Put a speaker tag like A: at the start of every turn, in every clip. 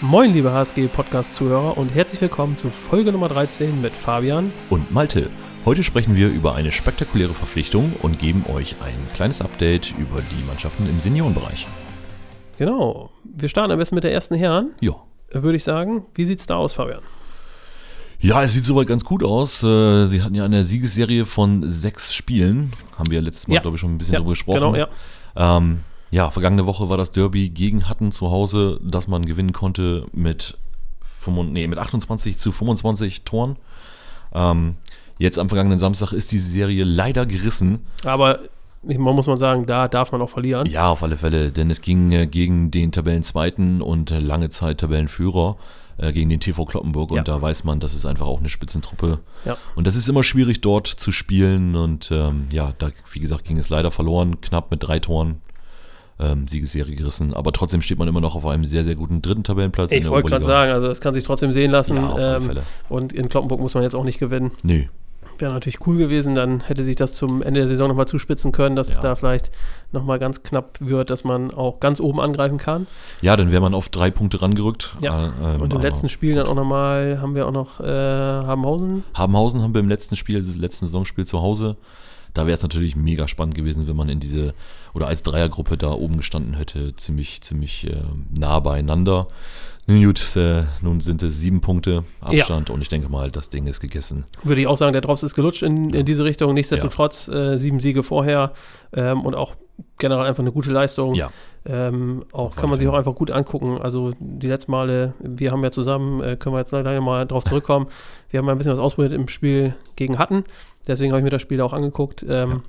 A: Moin, liebe HSG-Podcast-Zuhörer und herzlich willkommen zu Folge Nummer 13 mit Fabian.
B: und Malte. Heute sprechen wir über eine spektakuläre Verpflichtung und geben euch ein kleines Update über die Mannschaften im Seniorenbereich.
A: Genau, wir starten am besten mit der ersten Herren,
B: Ja.
A: äh, würde ich sagen. Wie sieht's da aus, Fabian?
B: Ja, es sieht soweit ganz gut aus. Äh, Sie hatten ja eine Siegesserie von sechs Spielen. Haben wir ja letztes Mal,
A: Ja.
B: glaube ich, schon ein bisschen drüber gesprochen. ne?
A: Genau, ja.
B: Ähm, ja, vergangene Woche war das Derby gegen Hatten zu Hause, das man gewinnen konnte mit, 25, nee, mit 28 zu 25 Toren. Ähm, jetzt am vergangenen Samstag ist die Serie leider gerissen.
A: Aber ich- man muss mal sagen, da darf man auch verlieren.
B: Ja, auf alle Fälle, denn es ging äh, gegen den Tabellenzweiten und äh, lange Zeit Tabellenführer äh, gegen den TV Kloppenburg
A: Ja.
B: und da weiß man, das ist einfach auch eine Spitzentruppe.
A: Ja.
B: Und das ist immer schwierig dort zu spielen und ähm, ja, da, wie gesagt, ging es leider verloren, knapp mit drei Toren. Ähm, Siegesserie gerissen, aber trotzdem steht man immer noch auf einem sehr, sehr guten dritten Tabellenplatz. in
A: Ich
B: der
A: wollte gerade
B: Oberliga.
A: sagen, also das kann sich trotzdem sehen lassen.
B: Ja, auf alle
A: ähm,
B: Fälle.
A: und in Kloppenburg muss man jetzt auch nicht gewinnen.
B: Nö,
A: Wäre natürlich cool gewesen, dann hätte sich das zum Ende der Saison nochmal zuspitzen können, dass es
B: Ja.
A: da vielleicht nochmal ganz knapp wird, dass man auch ganz oben angreifen kann.
B: ja, dann wäre man auf drei Punkte rangerückt.
A: Ja.
B: Äh, ähm,
A: Und im
B: aber
A: letzten Spiel dann auch nochmal, haben wir auch noch äh, Habenhausen.
B: Habenhausen haben wir im letzten Spiel, das letzten Saisonspiel zu Hause. Da wäre es natürlich mega spannend gewesen, wenn man in diese oder als Dreiergruppe da oben gestanden hätte, ziemlich, ziemlich äh, nah beieinander. Nun gut, äh, nun sind es sieben Punkte Abstand und ich denke mal, das Ding ist gegessen.
A: Würde ich auch sagen, der Drops ist gelutscht in, in diese Richtung. Nichtsdestotrotz äh, sieben Siege vorher ähm, und auch generell einfach eine gute Leistung.
B: Ja.
A: Ähm, auch
B: Auf
A: kann man
B: alle
A: sich auch
B: Fälle.
A: einfach gut angucken. Also die letzten Male, wir haben ja zusammen, äh, können wir jetzt leider mal drauf zurückkommen. wir haben ja ein bisschen was ausprobiert im Spiel gegen Hatten. Deswegen habe ich mir das Spiel auch angeguckt. Ähm,
B: Ja.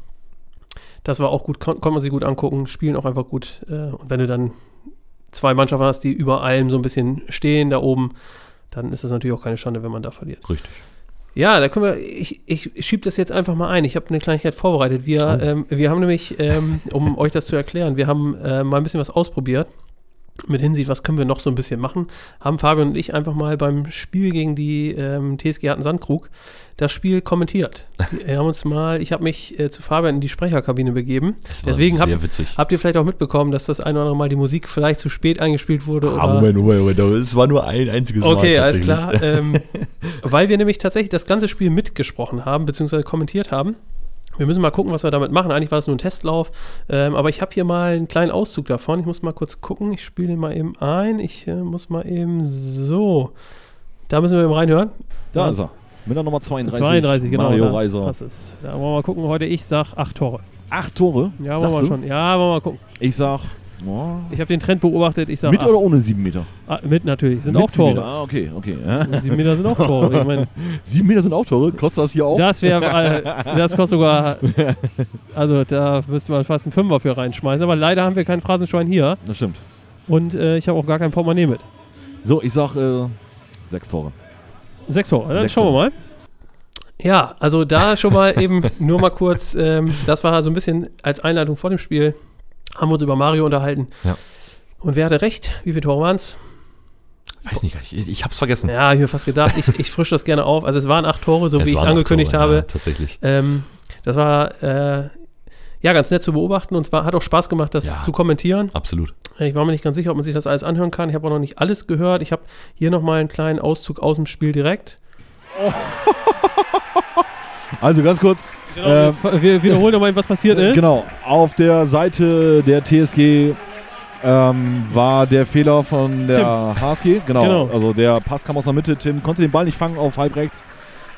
A: Das war auch gut, kon konnte man sich gut angucken, spielen auch einfach gut. Äh, und wenn du dann zwei Mannschaften hast, die über allem so ein bisschen stehen da oben, dann ist das natürlich auch keine Schande, wenn man da verliert.
B: Richtig.
A: Ja, da können wir, ich, ich schiebe das jetzt einfach mal ein. Ich habe eine Kleinigkeit vorbereitet. Wir,
B: Oh.
A: ähm, wir haben nämlich, ähm, um euch das zu erklären, wir haben äh, mal ein bisschen was ausprobiert mit Hinsicht, was können wir noch so ein bisschen machen, haben Fabian und ich einfach mal beim Spiel gegen die ähm, TSG Harten Sandkrug das Spiel kommentiert. Wir haben uns mal, ich habe mich äh, zu Fabian in die Sprecherkabine begeben.
B: Das
A: Deswegen hab-
B: sehr witzig.
A: Habt ihr vielleicht auch mitbekommen, dass das ein oder andere Mal die Musik vielleicht zu spät eingespielt wurde?
B: Ah,
A: oder
B: Moment, Moment, Moment. aber Es war nur ein einziges
A: Okay, alles
B: tatsächlich.
A: klar. Ähm, weil wir nämlich tatsächlich das ganze Spiel mitgesprochen haben, beziehungsweise kommentiert haben. Wir müssen mal gucken, was wir damit machen. Eigentlich war es nur ein Testlauf, ähm, aber ich habe hier mal einen kleinen Auszug davon. Ich muss mal kurz gucken. Ich spiele den mal eben ein. Ich äh, muss mal eben so. Da müssen wir eben reinhören.
C: Da ist er. Mit der Nummer 32.
A: 32, genau.
C: Mario
A: da,
C: Reiser.
A: Das ist. Da wollen wir mal gucken. Heute ich sag acht Tore.
C: Acht Tore.
A: Ja,
C: sagst
A: wollen wir
C: du?
A: schon. Ja, wollen wir mal gucken.
C: Ich sag. boah,
A: Ich habe den Trend beobachtet. Ich sag
C: mit
A: acht.
C: oder ohne sieben Meter?
A: Ah, mit natürlich. Sind
C: mit
A: auch
C: sieben Meter.
A: Tore.
C: Ah, okay, okay. Ja.
A: Sieben Meter sind auch Tore. Ich meine,
C: Sieben Meter sind auch Tore. Kostet das
B: Oh.
C: hier auch?
A: Das wäre, äh, das kostet sogar, also da müsste man fast einen Fünfer für reinschmeißen. Aber leider haben wir kein Phrasenschwein hier
C: Das stimmt.
A: und äh, ich habe auch gar kein Portemonnaie mit.
C: So, ich sag äh, sechs Tore.
A: Sechs Tore, dann
C: Sechs
A: schauen wir mal. Ja, also da schon mal eben nur mal kurz, ähm, das war so ein bisschen als Einleitung vor dem Spiel, haben wir uns über Mario unterhalten.
B: Ja.
A: Und wer hatte recht? Wie viele Tore waren es?
B: Weiß nicht, ich, ich hab's vergessen.
A: Ja, ich hab mir fast gedacht, ich, ich frische das gerne auf. Also es waren acht Tore, so
B: Hm. Es
A: wie ich es
B: waren auch
A: angekündigt
B: Tore,
A: habe.
B: Ja, tatsächlich.
A: Ähm, das war äh, ja ganz nett zu beobachten und war, hat auch Spaß gemacht, das
B: Ja.
A: zu kommentieren.
B: Absolut.
A: Äh, Ich war mir nicht ganz sicher, ob man sich das alles anhören kann. Ich habe auch noch nicht alles gehört. Ich habe hier nochmal einen kleinen Auszug aus dem Spiel direkt.
C: Also ganz kurz.
A: Genau, wir, wir wiederholen nochmal, was passiert ist.
C: Genau, auf der Seite der TSG ähm, war der Fehler von der HSG. Genau,
A: Genau.
C: also der Pass kam aus der Mitte. Tim konnte den Ball nicht fangen auf halb rechts.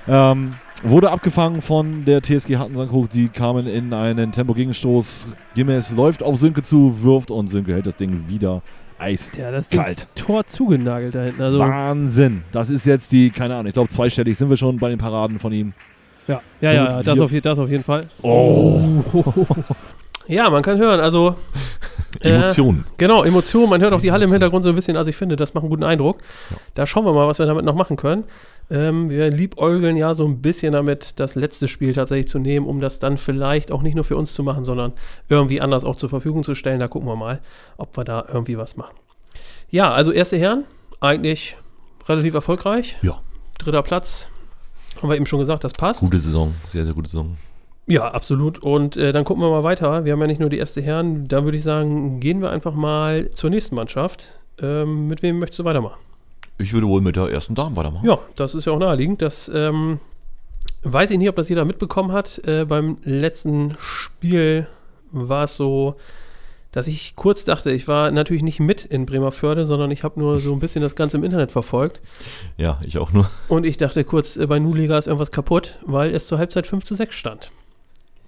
C: Ähm, wurde abgefangen von der TSG Hattensandkrug. Die kamen in einen Tempo-Gegenstoß. Gimmes läuft auf Sönke zu, wirft und Sönke hält das Ding wieder eiskalt.
A: Ja, das Ding Tor zugenagelt da hinten. Also,
C: Wahnsinn. Das ist jetzt die, keine Ahnung, ich glaube zweistellig sind wir schon bei den Paraden von ihm.
A: ja, ja, ja,
C: So
A: ja
C: gut
A: das,
C: wie-
A: auf, je- das auf jeden Fall.
C: Oh.
A: Ja, man kann hören. Also, äh,
B: Emotionen.
A: Genau, Emotionen. Man hört auch die Halle im
B: Emotionen.
A: Hintergrund so ein bisschen. Also ich finde, das macht einen guten Eindruck. Da schauen wir mal, was wir damit noch machen können. Ähm, wir liebäugeln ja so ein bisschen damit, das letzte Spiel tatsächlich zu nehmen, um das dann vielleicht auch nicht nur für uns zu machen, sondern irgendwie anders auch zur Verfügung zu stellen. Da gucken wir mal, ob wir da irgendwie was machen. Ja, also erste Herren, eigentlich relativ erfolgreich.
B: Ja.
A: Dritter Platz. Haben wir eben schon gesagt, das passt.
B: Gute Saison, sehr, sehr gute Saison.
A: Ja, absolut. Und äh, dann gucken wir mal weiter. Wir haben ja nicht nur die erste Herren. Da würde ich sagen, gehen wir einfach mal zur nächsten Mannschaft. Ähm, mit wem möchtest du weitermachen?
B: Ich würde wohl mit der ersten Dame weitermachen.
A: Ja, das ist ja auch naheliegend. Das ähm, weiß ich nicht, ob das jeder mitbekommen hat. Äh, beim letzten Spiel war es so, dass ich kurz dachte, ich war natürlich nicht mit in Bremerförde, sondern ich habe nur so ein bisschen das Ganze im Internet verfolgt.
B: Ja, ich auch nur.
A: Und ich dachte kurz, äh, bei Nuliga ist irgendwas kaputt, weil es zur Halbzeit 5 zu 6 stand.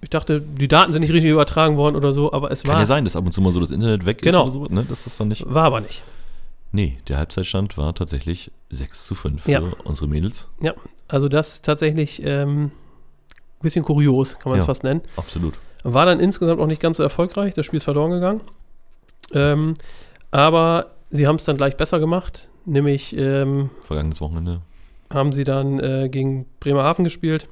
A: Ich dachte, die Daten sind nicht richtig übertragen worden oder so, aber es
B: Kann
A: war,
B: ja sein, dass ab und zu mal so das Internet weg
A: Genau.
B: ist oder so, ne? Dass das dann nicht.
A: war aber nicht.
B: Nee, der Halbzeitstand war tatsächlich 6 zu 5 für
A: Ja.
B: unsere Mädels.
A: Also das tatsächlich ähm, ein bisschen kurios, kann man es
B: Ja.
A: fast nennen.
B: Absolut.
A: War dann insgesamt auch nicht ganz so erfolgreich. Das Spiel ist verloren gegangen. Ähm, aber sie haben es dann gleich besser gemacht. Nämlich ähm,
B: Vergangenes Wochenende.
A: haben sie dann äh, gegen Bremerhaven gespielt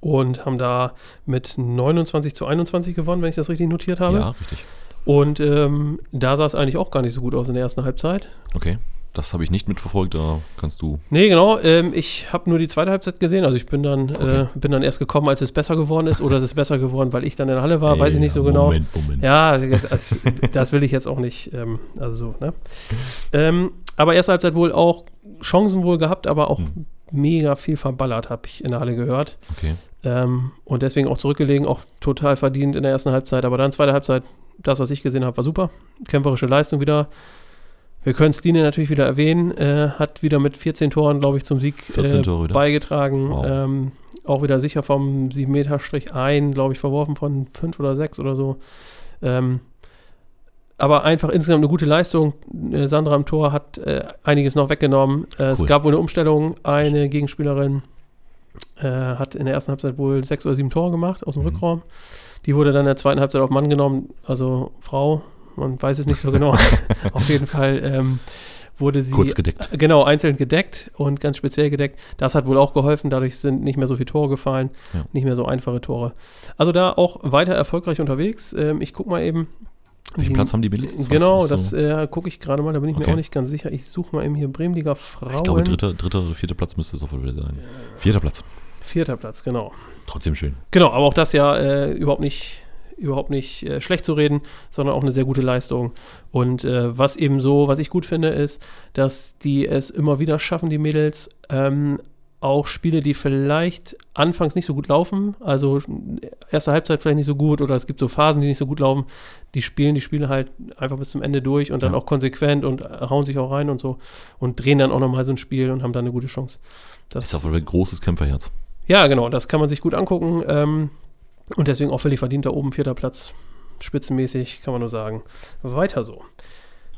A: und haben da mit 29 zu 21 gewonnen, wenn ich das richtig notiert habe.
B: Ja, richtig.
A: Und ähm, da sah es eigentlich auch gar nicht so gut aus in der ersten Halbzeit.
B: Okay. Das habe ich nicht mitverfolgt, da kannst du.
A: Nee, genau. Ähm, ich habe nur die zweite Halbzeit gesehen. Also ich bin dann,
B: Okay.
A: äh, bin dann erst gekommen, als es besser geworden ist. Oder es ist besser geworden, weil ich dann in der Halle war. Weiß ich nicht so genau.
B: Äh, Moment, Moment.
A: Ja, das, das will ich jetzt auch nicht. Ähm, also so, ne? Ähm, aber erste Halbzeit wohl auch Chancen wohl gehabt, aber auch
B: Hm.
A: mega viel verballert, habe ich in der Halle gehört.
B: Okay.
A: Ähm, und deswegen auch zurückgelegen, auch total verdient in der ersten Halbzeit. Aber dann zweite Halbzeit, das, was ich gesehen habe, war super. Kämpferische Leistung wieder. Wir können Stine natürlich wieder erwähnen. Äh, hat wieder mit 14 Toren, glaube ich, zum Sieg
B: 14
A: äh,
B: Tore wieder.
A: beigetragen.
B: Wow.
A: Ähm, auch wieder sicher vom 7-Meter-Strich ein, glaube ich, verworfen von 5 oder 6 oder so. Ähm, aber einfach insgesamt eine gute Leistung. Äh, Sandra am Tor hat äh, einiges noch weggenommen. Äh, Es
B: Cool.
A: gab wohl eine Umstellung. Eine Gegenspielerin äh, hat in der ersten Halbzeit wohl sechs oder sieben Tore gemacht aus dem
B: Mhm.
A: Rückraum. Die wurde dann in der zweiten Halbzeit auf Mann genommen, also Frau, man weiß es nicht so genau. auf jeden Fall ähm, wurde sie
B: Kurz gedeckt.
A: Genau, einzeln gedeckt und ganz speziell gedeckt. Das hat wohl auch geholfen. Dadurch sind nicht mehr so viele Tore gefallen,
B: Ja.
A: nicht mehr so einfache Tore. Also da auch weiter erfolgreich unterwegs. Ähm, ich gucke mal eben.
B: Wie viel
A: die-
B: Platz haben die Mädels? Was-
A: Genau,
B: was so-
A: das äh, gucke ich gerade mal. Da bin ich
B: Okay.
A: mir auch nicht ganz sicher. Ich suche mal eben hier Bremenliga Frauen.
B: Ich glaube, dritter, dritter oder vierter Platz müsste es auch wohl wieder sein. Vierter Platz.
A: Vierter Platz, genau.
B: Trotzdem schön.
A: Genau, aber auch das ja äh, überhaupt nicht, überhaupt nicht äh, schlecht zu reden, sondern auch eine sehr gute Leistung. Und äh, was eben so, was ich gut finde, ist, dass die es immer wieder schaffen, die Mädels, ähm, auch Spiele, die vielleicht anfangs nicht so gut laufen, also äh, erste Halbzeit vielleicht nicht so gut oder es gibt so Phasen, die nicht so gut laufen, die spielen die Spiele halt einfach bis zum Ende durch und dann
B: Ja.
A: auch konsequent und äh, hauen sich auch rein und so und drehen dann auch nochmal so ein Spiel und haben dann eine gute Chance. Das
B: Ist auf jeden Fall ein großes Kämpferherz.
A: ja, genau, das kann man sich gut angucken. Ähm, und deswegen auch völlig verdient da oben, vierter Platz. Spitzenmäßig, kann man nur sagen. Weiter so.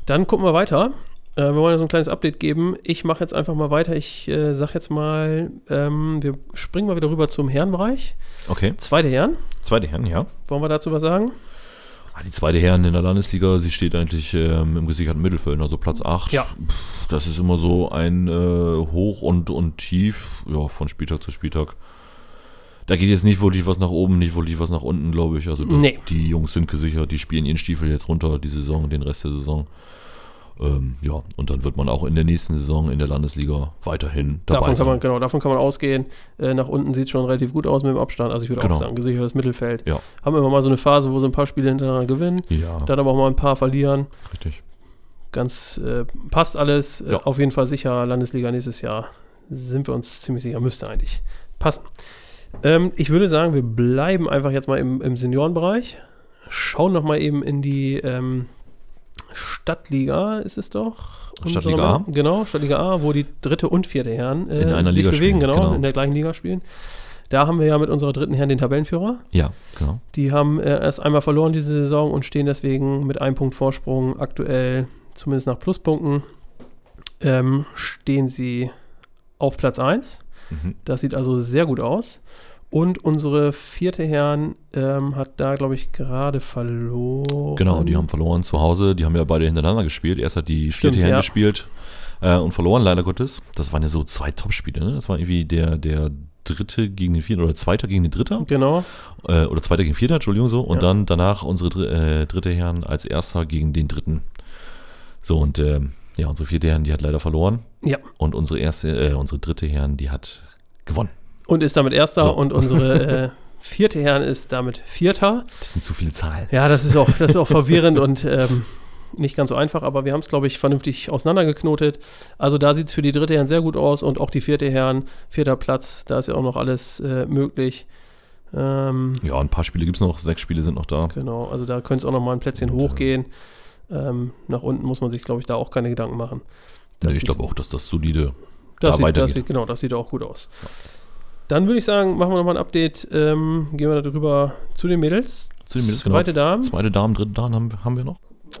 A: Dann gucken wir weiter. Äh, wir wollen ja so ein kleines Update geben. Ich mache jetzt einfach mal weiter. Ich äh, sag jetzt mal, ähm, wir springen mal wieder rüber zum Herrenbereich.
B: Okay.
A: Zweite Herren,
B: Zweite Herren, ja.
A: wollen wir dazu was sagen?
B: Ah, Die zweite Herren in der Landesliga, sie steht eigentlich ähm, im gesicherten Mittelfeld, also Platz 8.
A: Ja.
B: Pff, Das ist immer so ein äh, Hoch und, und Tief, ja, von Spieltag zu Spieltag. Da geht jetzt nicht wirklich was nach oben, nicht wirklich was nach unten, glaube ich. Also da-
A: Nee.
B: die Jungs sind gesichert, die spielen ihren Stiefel jetzt runter, die Saison, den Rest der Saison. Ähm, ja, und dann wird man auch in der nächsten Saison in der Landesliga weiterhin dabei
A: davon
B: sein.
A: kann man, genau, davon kann man ausgehen. Äh, nach unten sieht es schon relativ gut aus mit dem Abstand. Also ich würde
B: Genau.
A: auch sagen, gesichertes Mittelfeld.
B: Ja.
A: Haben immer mal so eine Phase, wo so ein paar Spiele hintereinander gewinnen,
B: ja,
A: dann aber auch mal ein paar verlieren.
B: richtig.
A: ganz äh, passt alles. Äh,
B: Ja.
A: auf jeden Fall sicher Landesliga nächstes Jahr. Sind wir uns ziemlich sicher, müsste eigentlich passen. Ähm, ich würde sagen, wir bleiben einfach jetzt mal im, im Seniorenbereich. Schauen noch mal eben in die ähm, Stadtliga, ist es doch?
B: Stadtliga
A: Unsere- Genau, Stadtliga A, wo die dritte und vierte Herren äh,
B: In einer
A: sich
B: Liga
A: bewegen,
B: spielen,
A: genau,
B: genau.
A: in der gleichen Liga spielen. Da haben wir ja mit unserer dritten Herren den Tabellenführer.
B: Ja, genau.
A: Die haben äh, erst einmal verloren diese Saison und stehen deswegen mit einem Punkt Vorsprung aktuell, zumindest nach Pluspunkten, ähm, stehen sie auf Platz 1.
B: Mhm.
A: Das sieht also sehr gut aus. Und unsere vierte Herren ähm, hat da, glaube ich, gerade verloren.
B: Genau, die haben verloren zu Hause. Die haben ja beide hintereinander gespielt. Erst hat die
A: Stimmt,
B: vierte Herren
A: ja.
B: gespielt äh, und verloren, leider Gottes. Das waren ja so zwei Topspiele. Ne? Das war irgendwie der, der dritte gegen den vierten oder zweiter gegen den dritter
A: Genau,
B: äh, oder zweiter gegen vierter, Entschuldigung so. Und
A: Ja.
B: dann danach unsere dr äh, dritte Herren als erster gegen den dritten. So und ähm, ja, unsere vierte Herren, die hat leider verloren.
A: ja.
B: Und unsere erste, äh, unsere dritte Herren, die hat gewonnen.
A: Und ist damit Erster
B: So.
A: und unsere äh, vierte Herren ist damit Vierter.
B: Das sind zu viele Zahlen.
A: Ja, das ist auch, das ist auch verwirrend und ähm, nicht ganz so einfach, aber wir haben es, glaube ich, vernünftig auseinandergeknotet. Also da sieht es für die dritte Herren sehr gut aus und auch die vierte Herren, vierter Platz, da ist ja auch noch alles äh, möglich. Ähm,
B: Ja, ein paar Spiele gibt es noch, sechs Spiele sind noch da.
A: Genau, also da könnte es auch noch mal ein Plätzchen
B: Und, äh,
A: hochgehen. Ähm, nach unten muss man sich, glaube ich, da auch keine Gedanken machen.
B: Nee,
A: Das
B: ich glaube auch, dass das solide
A: Das,
B: da
A: sieht, das
B: weitergeht.
A: sieht, genau, das sieht auch gut aus. Dann würde ich sagen, machen wir nochmal ein Update. Ähm, gehen wir darüber zu den Mädels.
B: Zu den Mädels, genau.
A: Zweite Damen
B: Zweite Damen, dritte Damen haben, haben wir noch.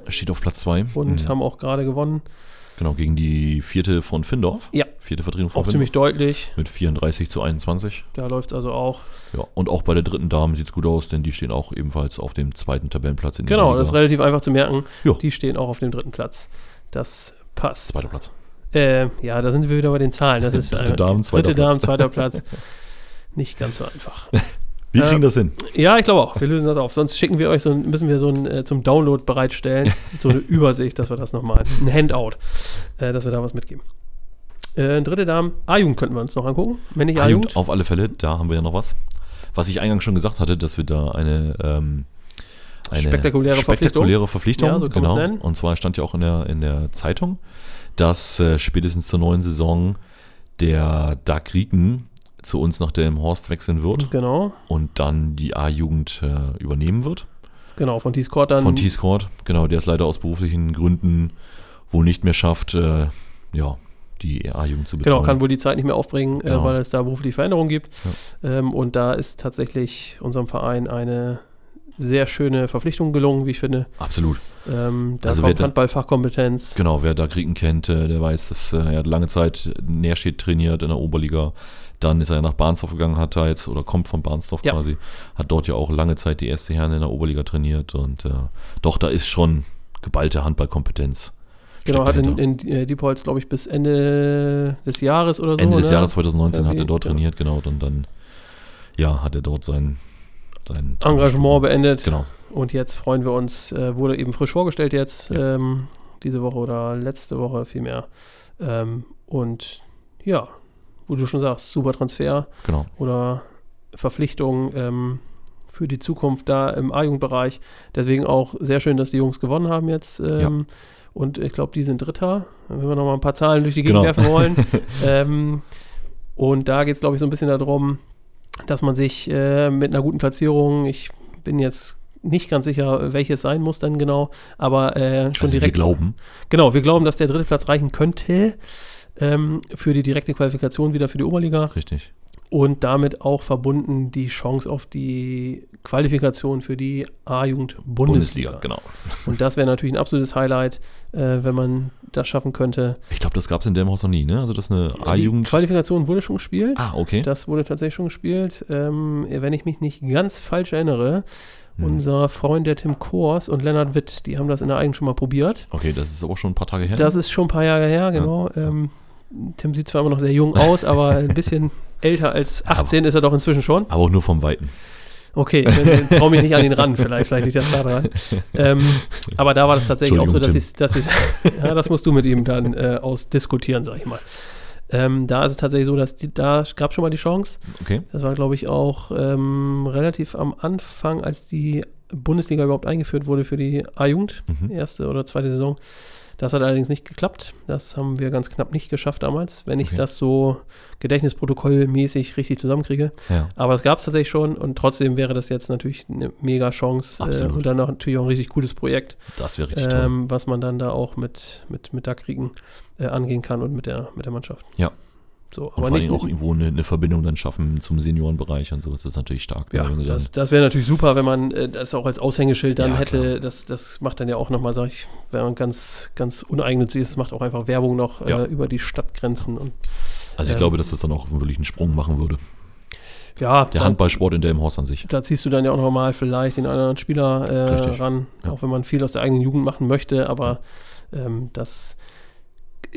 B: Steht auf Platz zwei.
A: und
B: Mhm.
A: haben auch gerade gewonnen.
B: Genau, gegen die vierte von Findorf.
A: Ja.
B: Vierte Vertretung von
A: Auch ziemlich deutlich.
B: Mit 34 zu 21.
A: Da läuft es also auch.
B: Ja, und auch bei der dritten Dame sieht es gut aus, denn die stehen auch ebenfalls auf dem zweiten Tabellenplatz in
A: Genau,
B: der
A: das ist
B: Liga.
A: relativ einfach zu merken.
B: Ja.
A: Die stehen auch auf dem dritten Platz. Das passt.
B: Zweiter Platz.
A: Äh, ja, da sind wir wieder bei den Zahlen. Das ist äh,
B: Dritte Damen, zweiter
A: dritte Damen,
B: Platz.
A: zweiter Platz. Nicht ganz so einfach.
B: Wir
A: Äh,
B: kriegen das hin.
A: Ja, ich glaube auch. Wir lösen das auf. Sonst schicken wir euch so ein, müssen wir so ein äh, zum Download bereitstellen, so eine Übersicht, dass wir das nochmal, ein Handout, äh, dass wir da was mitgeben. Äh, dritte Dame, A-Jugend könnten wir uns noch angucken. Wenn nicht A-Jugend.
B: Auf alle Fälle, da haben wir ja noch was. Was ich eingangs schon gesagt hatte, dass wir da eine, ähm, eine
A: Spektakuläre
B: spektakuläre Verpflichtung,
A: Ja, so kann
B: genau.
A: man's nennen.
B: Und zwar stand ja auch in der, in der Zeitung, dass äh, spätestens zur neuen Saison der Dark Rieken zu uns nach dem Horst wechseln wird
A: Genau,
B: und dann die A-Jugend äh, übernehmen wird.
A: genau, von T-Score dann.
B: von T-Scored, genau, der es leider aus beruflichen Gründen wohl nicht mehr schafft, äh, ja, die A-Jugend zu betreuen.
A: Genau, kann wohl die Zeit nicht mehr aufbringen, äh,
B: Genau.
A: weil es da berufliche Veränderungen gibt. Ähm, und da ist tatsächlich unserem Verein eine sehr schöne Verpflichtung gelungen, wie ich finde.
B: Absolut.
A: Ähm, da
B: Also
A: kommt
B: wird da-
A: Handballfachkompetenz.
B: Genau, wer da Kriegen kennt, äh, der weiß, dass äh, er hat lange Zeit Nährstedt trainiert in der Oberliga. Dann ist er nach Barnsdorf gegangen, hat da jetzt, oder kommt von Barnsdorf
A: Ja.
B: quasi, hat dort ja auch lange Zeit die erste Herren in der Oberliga trainiert und äh, doch, da ist schon geballte Handballkompetenz.
A: Genau, hat
B: steckt
A: in,
B: dahinter.
A: in äh, Diepholz, glaube ich, bis Ende des Jahres oder so.
B: Ende des
A: ne?
B: Jahres 2019 hat er
A: Irgendwie,
B: dort
A: ja.
B: trainiert, genau, und dann, ja, hat er dort sein, sein
A: Engagement beendet.
B: Genau.
A: Und jetzt freuen wir uns, äh, wurde eben frisch vorgestellt jetzt, ähm, diese Woche oder letzte Woche vielmehr. Ähm, und ja, wo du schon sagst, super Transfer
B: Genau.
A: oder Verpflichtung ähm, für die Zukunft da im A-Jugendbereich. Deswegen auch sehr schön, dass die Jungs gewonnen haben jetzt. Ähm, Und ich glaube, die sind Dritter, wenn wir nochmal ein paar Zahlen durch die Gegend
B: Genau.
A: werfen wollen. ähm, und da geht es, glaube ich, so ein bisschen darum, dass man sich äh, mit einer guten Platzierung, ich bin jetzt nicht ganz sicher, welches sein muss dann genau, aber äh, schon
B: Also wir
A: direkt
B: glauben.
A: Genau, wir glauben, dass der dritte Platz reichen könnte ähm, für die direkte Qualifikation wieder für die Oberliga
B: Richtig.
A: und damit auch verbunden die Chance auf die Qualifikation für die A-Jugend Bundesliga.
B: genau.
A: Und das wäre natürlich ein absolutes Highlight, äh, wenn man das schaffen könnte.
B: Ich glaube, das gab es in dem Haus noch nie, ne? Also das ist eine
A: Die
B: A-Jugend.
A: Qualifikation wurde schon gespielt.
B: Ah, okay.
A: Das wurde tatsächlich schon gespielt. Ähm, wenn ich mich nicht ganz falsch erinnere,
B: Hm.
A: unser Freund der Tim Kors und Lennart Witt, die haben das in der Eigen schon mal probiert.
B: Okay, das ist aber auch schon ein paar Tage her.
A: Das ist schon ein paar Jahre her, genau. Ähm, Tim sieht zwar immer noch sehr jung aus, aber ein bisschen älter als 18 ist er doch inzwischen schon.
B: aber auch nur vom Weiten.
A: Okay, ich traue mich nicht an ihn ran, vielleicht, vielleicht liegt das da dran. Ähm, aber da war das tatsächlich auch so, dass ich,
B: Entschuldigung,
A: dass ich, ja, das musst du mit ihm dann äh, ausdiskutieren, sag ich mal. Ähm, da ist es tatsächlich so, dass die, da gab es schon mal die Chance.
B: Okay.
A: Das war, glaube ich, auch ähm, relativ am Anfang, als die Bundesliga überhaupt eingeführt wurde für die A-Jugend,
B: Mhm.
A: erste oder zweite Saison. Das hat allerdings nicht geklappt. Das haben wir ganz knapp nicht geschafft damals, wenn ich
B: Okay.
A: das so gedächtnisprotokollmäßig richtig zusammenkriege.
B: Ja.
A: Aber es gab es tatsächlich schon und trotzdem wäre das jetzt natürlich eine mega Chance äh,
B: Absolut.
A: und dann auch natürlich auch ein richtig cooles Projekt,
B: Das wäre richtig toll.
A: ähm, was man dann da auch mit, mit, mit Duck Riegen äh, angehen kann und mit der, mit der Mannschaft.
B: Ja.
A: So,
B: Und
A: aber
B: vor
A: nicht
B: allem auch
A: auch
B: irgendwo eine, eine Verbindung dann schaffen zum Seniorenbereich und sowas. Das ist natürlich stark. ne,
A: ja,
B: wenn du
A: das, das wäre natürlich super, wenn man äh, das auch als Aushängeschild dann
B: Ja,
A: hätte.
B: klar.
A: Das, das macht dann ja auch nochmal, sag ich, wenn man ganz, ganz uneigennützig ist, das macht auch einfach Werbung noch
B: Ja.
A: äh, über die Stadtgrenzen. Und
B: dann, also ich
A: ähm,
B: glaube, dass das dann auch wirklich einen Sprung machen würde.
A: ja,
B: Der
A: dann,
B: Handballsport in dem Haus an sich.
A: da ziehst du dann ja auch nochmal vielleicht den anderen Spieler äh,
B: Richtig.
A: ran,
B: Ja.
A: auch wenn man viel aus der eigenen Jugend machen möchte, aber ähm, das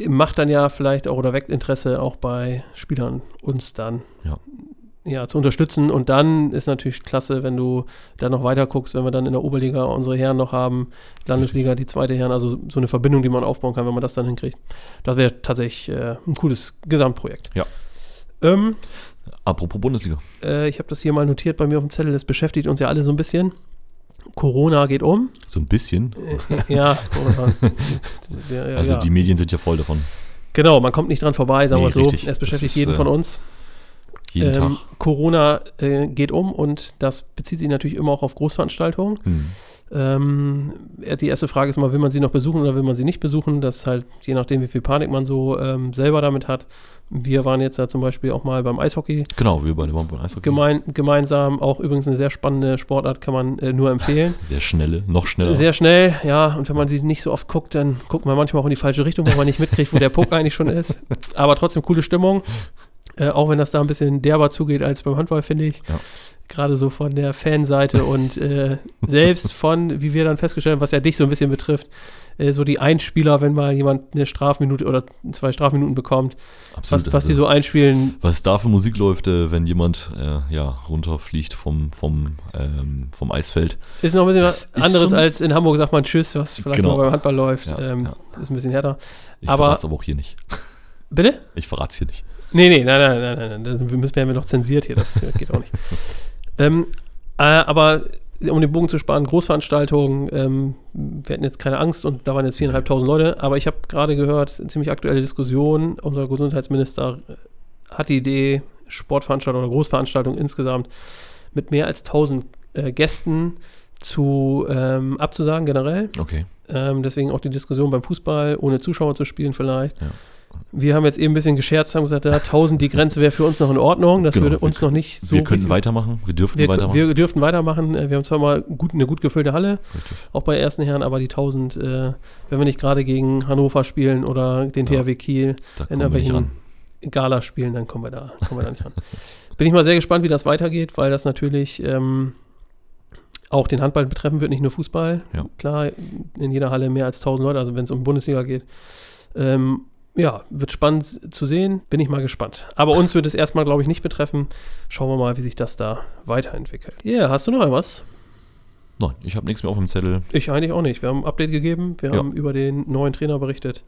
A: macht dann ja vielleicht auch oder weckt Interesse auch bei Spielern, uns dann
B: Ja.
A: ja, zu unterstützen. Und dann ist natürlich klasse, wenn du dann noch weiter guckst, wenn wir dann in der Oberliga unsere Herren noch haben, Landesliga, die zweite Herren, also so eine Verbindung, die man aufbauen kann, wenn man das dann hinkriegt. Das wäre tatsächlich äh, ein cooles Gesamtprojekt.
B: Ja.
A: Ähm,
B: Apropos Bundesliga.
A: äh, ich habe das hier mal notiert bei mir auf dem Zettel, das beschäftigt uns ja alle so ein bisschen. Corona geht um.
B: So ein bisschen.
A: Ja, Corona. Der- ja,
B: Also
A: Äh, ja.
B: die Medien sind ja voll davon.
A: genau, man kommt nicht dran vorbei, sagen
B: Nee,
A: wir so.
B: richtig.
A: Es
B: Das
A: beschäftigt
B: ist,
A: jeden
B: äh,
A: von uns.
B: Jeden
A: Ähm,
B: Tag.
A: Corona äh, geht um und das bezieht sich natürlich immer auch auf Großveranstaltungen.
B: Hm.
A: Ähm, die erste Frage ist mal, will man sie noch besuchen oder will man sie nicht besuchen? Das ist halt je nachdem, wie viel Panik man so ähm, selber damit hat. Wir waren jetzt ja zum Beispiel auch mal beim Eishockey
B: Genau, wir beide waren beim Eishockey.
A: gemein, gemeinsam. Auch übrigens eine sehr spannende Sportart, kann man äh, nur empfehlen.
B: Der schnelle, noch schneller.
A: Sehr schnell, ja. Und wenn man sie nicht so oft guckt, dann guckt man manchmal auch in die falsche Richtung, weil man nicht mitkriegt, wo der Puck eigentlich schon ist. Aber trotzdem coole Stimmung. Äh, auch wenn das da ein bisschen derber zugeht als beim Handball, finde ich.
B: Ja.
A: Gerade so von der Fanseite und äh, selbst von, wie wir dann festgestellt haben, was ja dich so ein bisschen betrifft, äh, so die Einspieler, wenn mal jemand eine Strafminute oder zwei Strafminuten bekommt,
B: Absolut.
A: was, was die
B: Also,
A: so einspielen,
B: was da für Musik läuft, äh, wenn jemand äh, ja, runterfliegt vom, vom, ähm, vom Eisfeld.
A: ist noch ein bisschen
B: Das
A: was
B: ist
A: anderes
B: schon-
A: als in Hamburg sagt man Tschüss, was vielleicht
B: Genau.
A: mal beim Handball läuft.
B: Ja,
A: ähm, Ist ein bisschen härter.
B: Ich
A: Aber-
B: verrat's aber auch hier nicht.
A: Bitte?
B: Ich verrat's hier nicht.
A: Nee, nee, nein, nein, nein, nein, nein. Das müssen, werden wir noch zensiert hier, das geht auch nicht. ähm, äh, aber um den Bogen zu sparen, Großveranstaltungen, ähm, wir hatten jetzt keine Angst und da waren jetzt viereinhalbtausend Leute, aber ich habe gerade gehört, eine ziemlich aktuelle Diskussion, unser Gesundheitsminister äh, hat die Idee, Sportveranstaltungen oder Großveranstaltungen insgesamt mit mehr als 1000 äh, Gästen zu ähm, abzusagen generell.
B: Okay.
A: Ähm, deswegen auch die Diskussion beim Fußball, ohne Zuschauer zu spielen vielleicht.
B: Ja.
A: Wir haben jetzt eben ein bisschen gescherzt, haben gesagt, ja, 1000 die Grenze wäre für uns noch in Ordnung. Das
B: Genau,
A: würde
B: wir
A: uns noch nicht so
B: wir könnten
A: richtig-
B: weitermachen. Wir dürften
A: wir,
B: weitermachen.
A: wir dürften weitermachen. Äh, Wir haben zwar mal gut, eine gut gefüllte Halle,
B: Richtig.
A: auch bei ersten Herren, aber die 1000, äh, wenn wir nicht gerade gegen Hannover spielen oder den
B: Ja.
A: THW Kiel
B: da
A: in
B: kommen wir nicht
A: irgendwelchen
B: ran.
A: Gala spielen, dann kommen wir da, kommen wir da nicht ran. Bin ich mal sehr gespannt, wie das weitergeht, weil das natürlich ähm, auch den Handball betreffen wird, nicht nur Fußball.
B: Ja.
A: Klar, in jeder Halle mehr als 1000 Leute, also wenn es um Bundesliga geht. Ähm, ja, wird spannend zu sehen, bin ich mal gespannt. Aber uns wird es erstmal, glaube ich, nicht betreffen. Schauen wir mal, wie sich das da weiterentwickelt. Ja, yeah, hast du noch irgendwas?
B: Nein, ich habe nichts mehr auf dem Zettel.
A: Ich eigentlich auch nicht. Wir haben ein Update gegeben, wir
B: Ja.
A: haben über den neuen Trainer berichtet.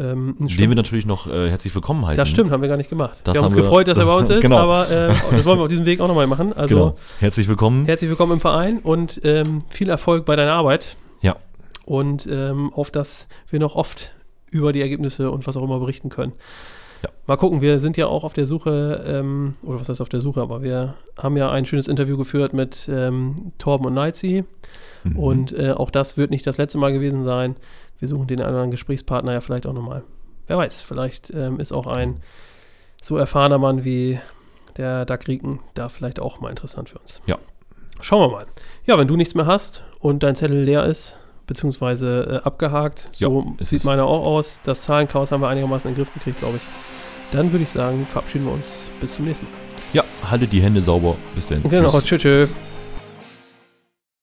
A: Ähm, ein
B: Den wir natürlich noch äh, herzlich willkommen heißen.
A: das stimmt, haben wir gar nicht gemacht.
B: Das
A: wir haben uns
B: haben wir-
A: gefreut, dass er bei uns ist,
B: Genau.
A: aber äh, das wollen wir auf diesem Weg auch nochmal machen. Also
B: genau. Herzlich willkommen.
A: herzlich willkommen im Verein und ähm, viel Erfolg bei deiner Arbeit.
B: Ja.
A: Und ähm, auf dass wir noch oft über die Ergebnisse und was auch immer berichten können.
B: Ja.
A: Mal gucken, wir sind ja auch auf der Suche, ähm, oder was heißt auf der Suche, aber wir haben ja ein schönes Interview geführt mit ähm, Torben und Neizi
B: Mhm.
A: und äh, auch das wird nicht das letzte Mal gewesen sein. Wir suchen den anderen Gesprächspartner ja vielleicht auch nochmal. Wer weiß, vielleicht ähm, ist auch ein so erfahrener Mann wie der Doug Rieken da vielleicht auch mal interessant für uns.
B: Ja.
A: Schauen wir mal. Ja, wenn du nichts mehr hast und dein Zettel leer ist, beziehungsweise äh, abgehakt,
B: Ja,
A: so
B: ist
A: sieht
B: es.
A: meiner auch aus. Das Zahlenchaos haben wir einigermaßen in den Griff gekriegt, glaube ich. Dann würde ich sagen, verabschieden wir uns. Bis zum nächsten Mal.
B: Ja, haltet die Hände sauber. Bis dann.
A: Genau, tschüss. tschüss.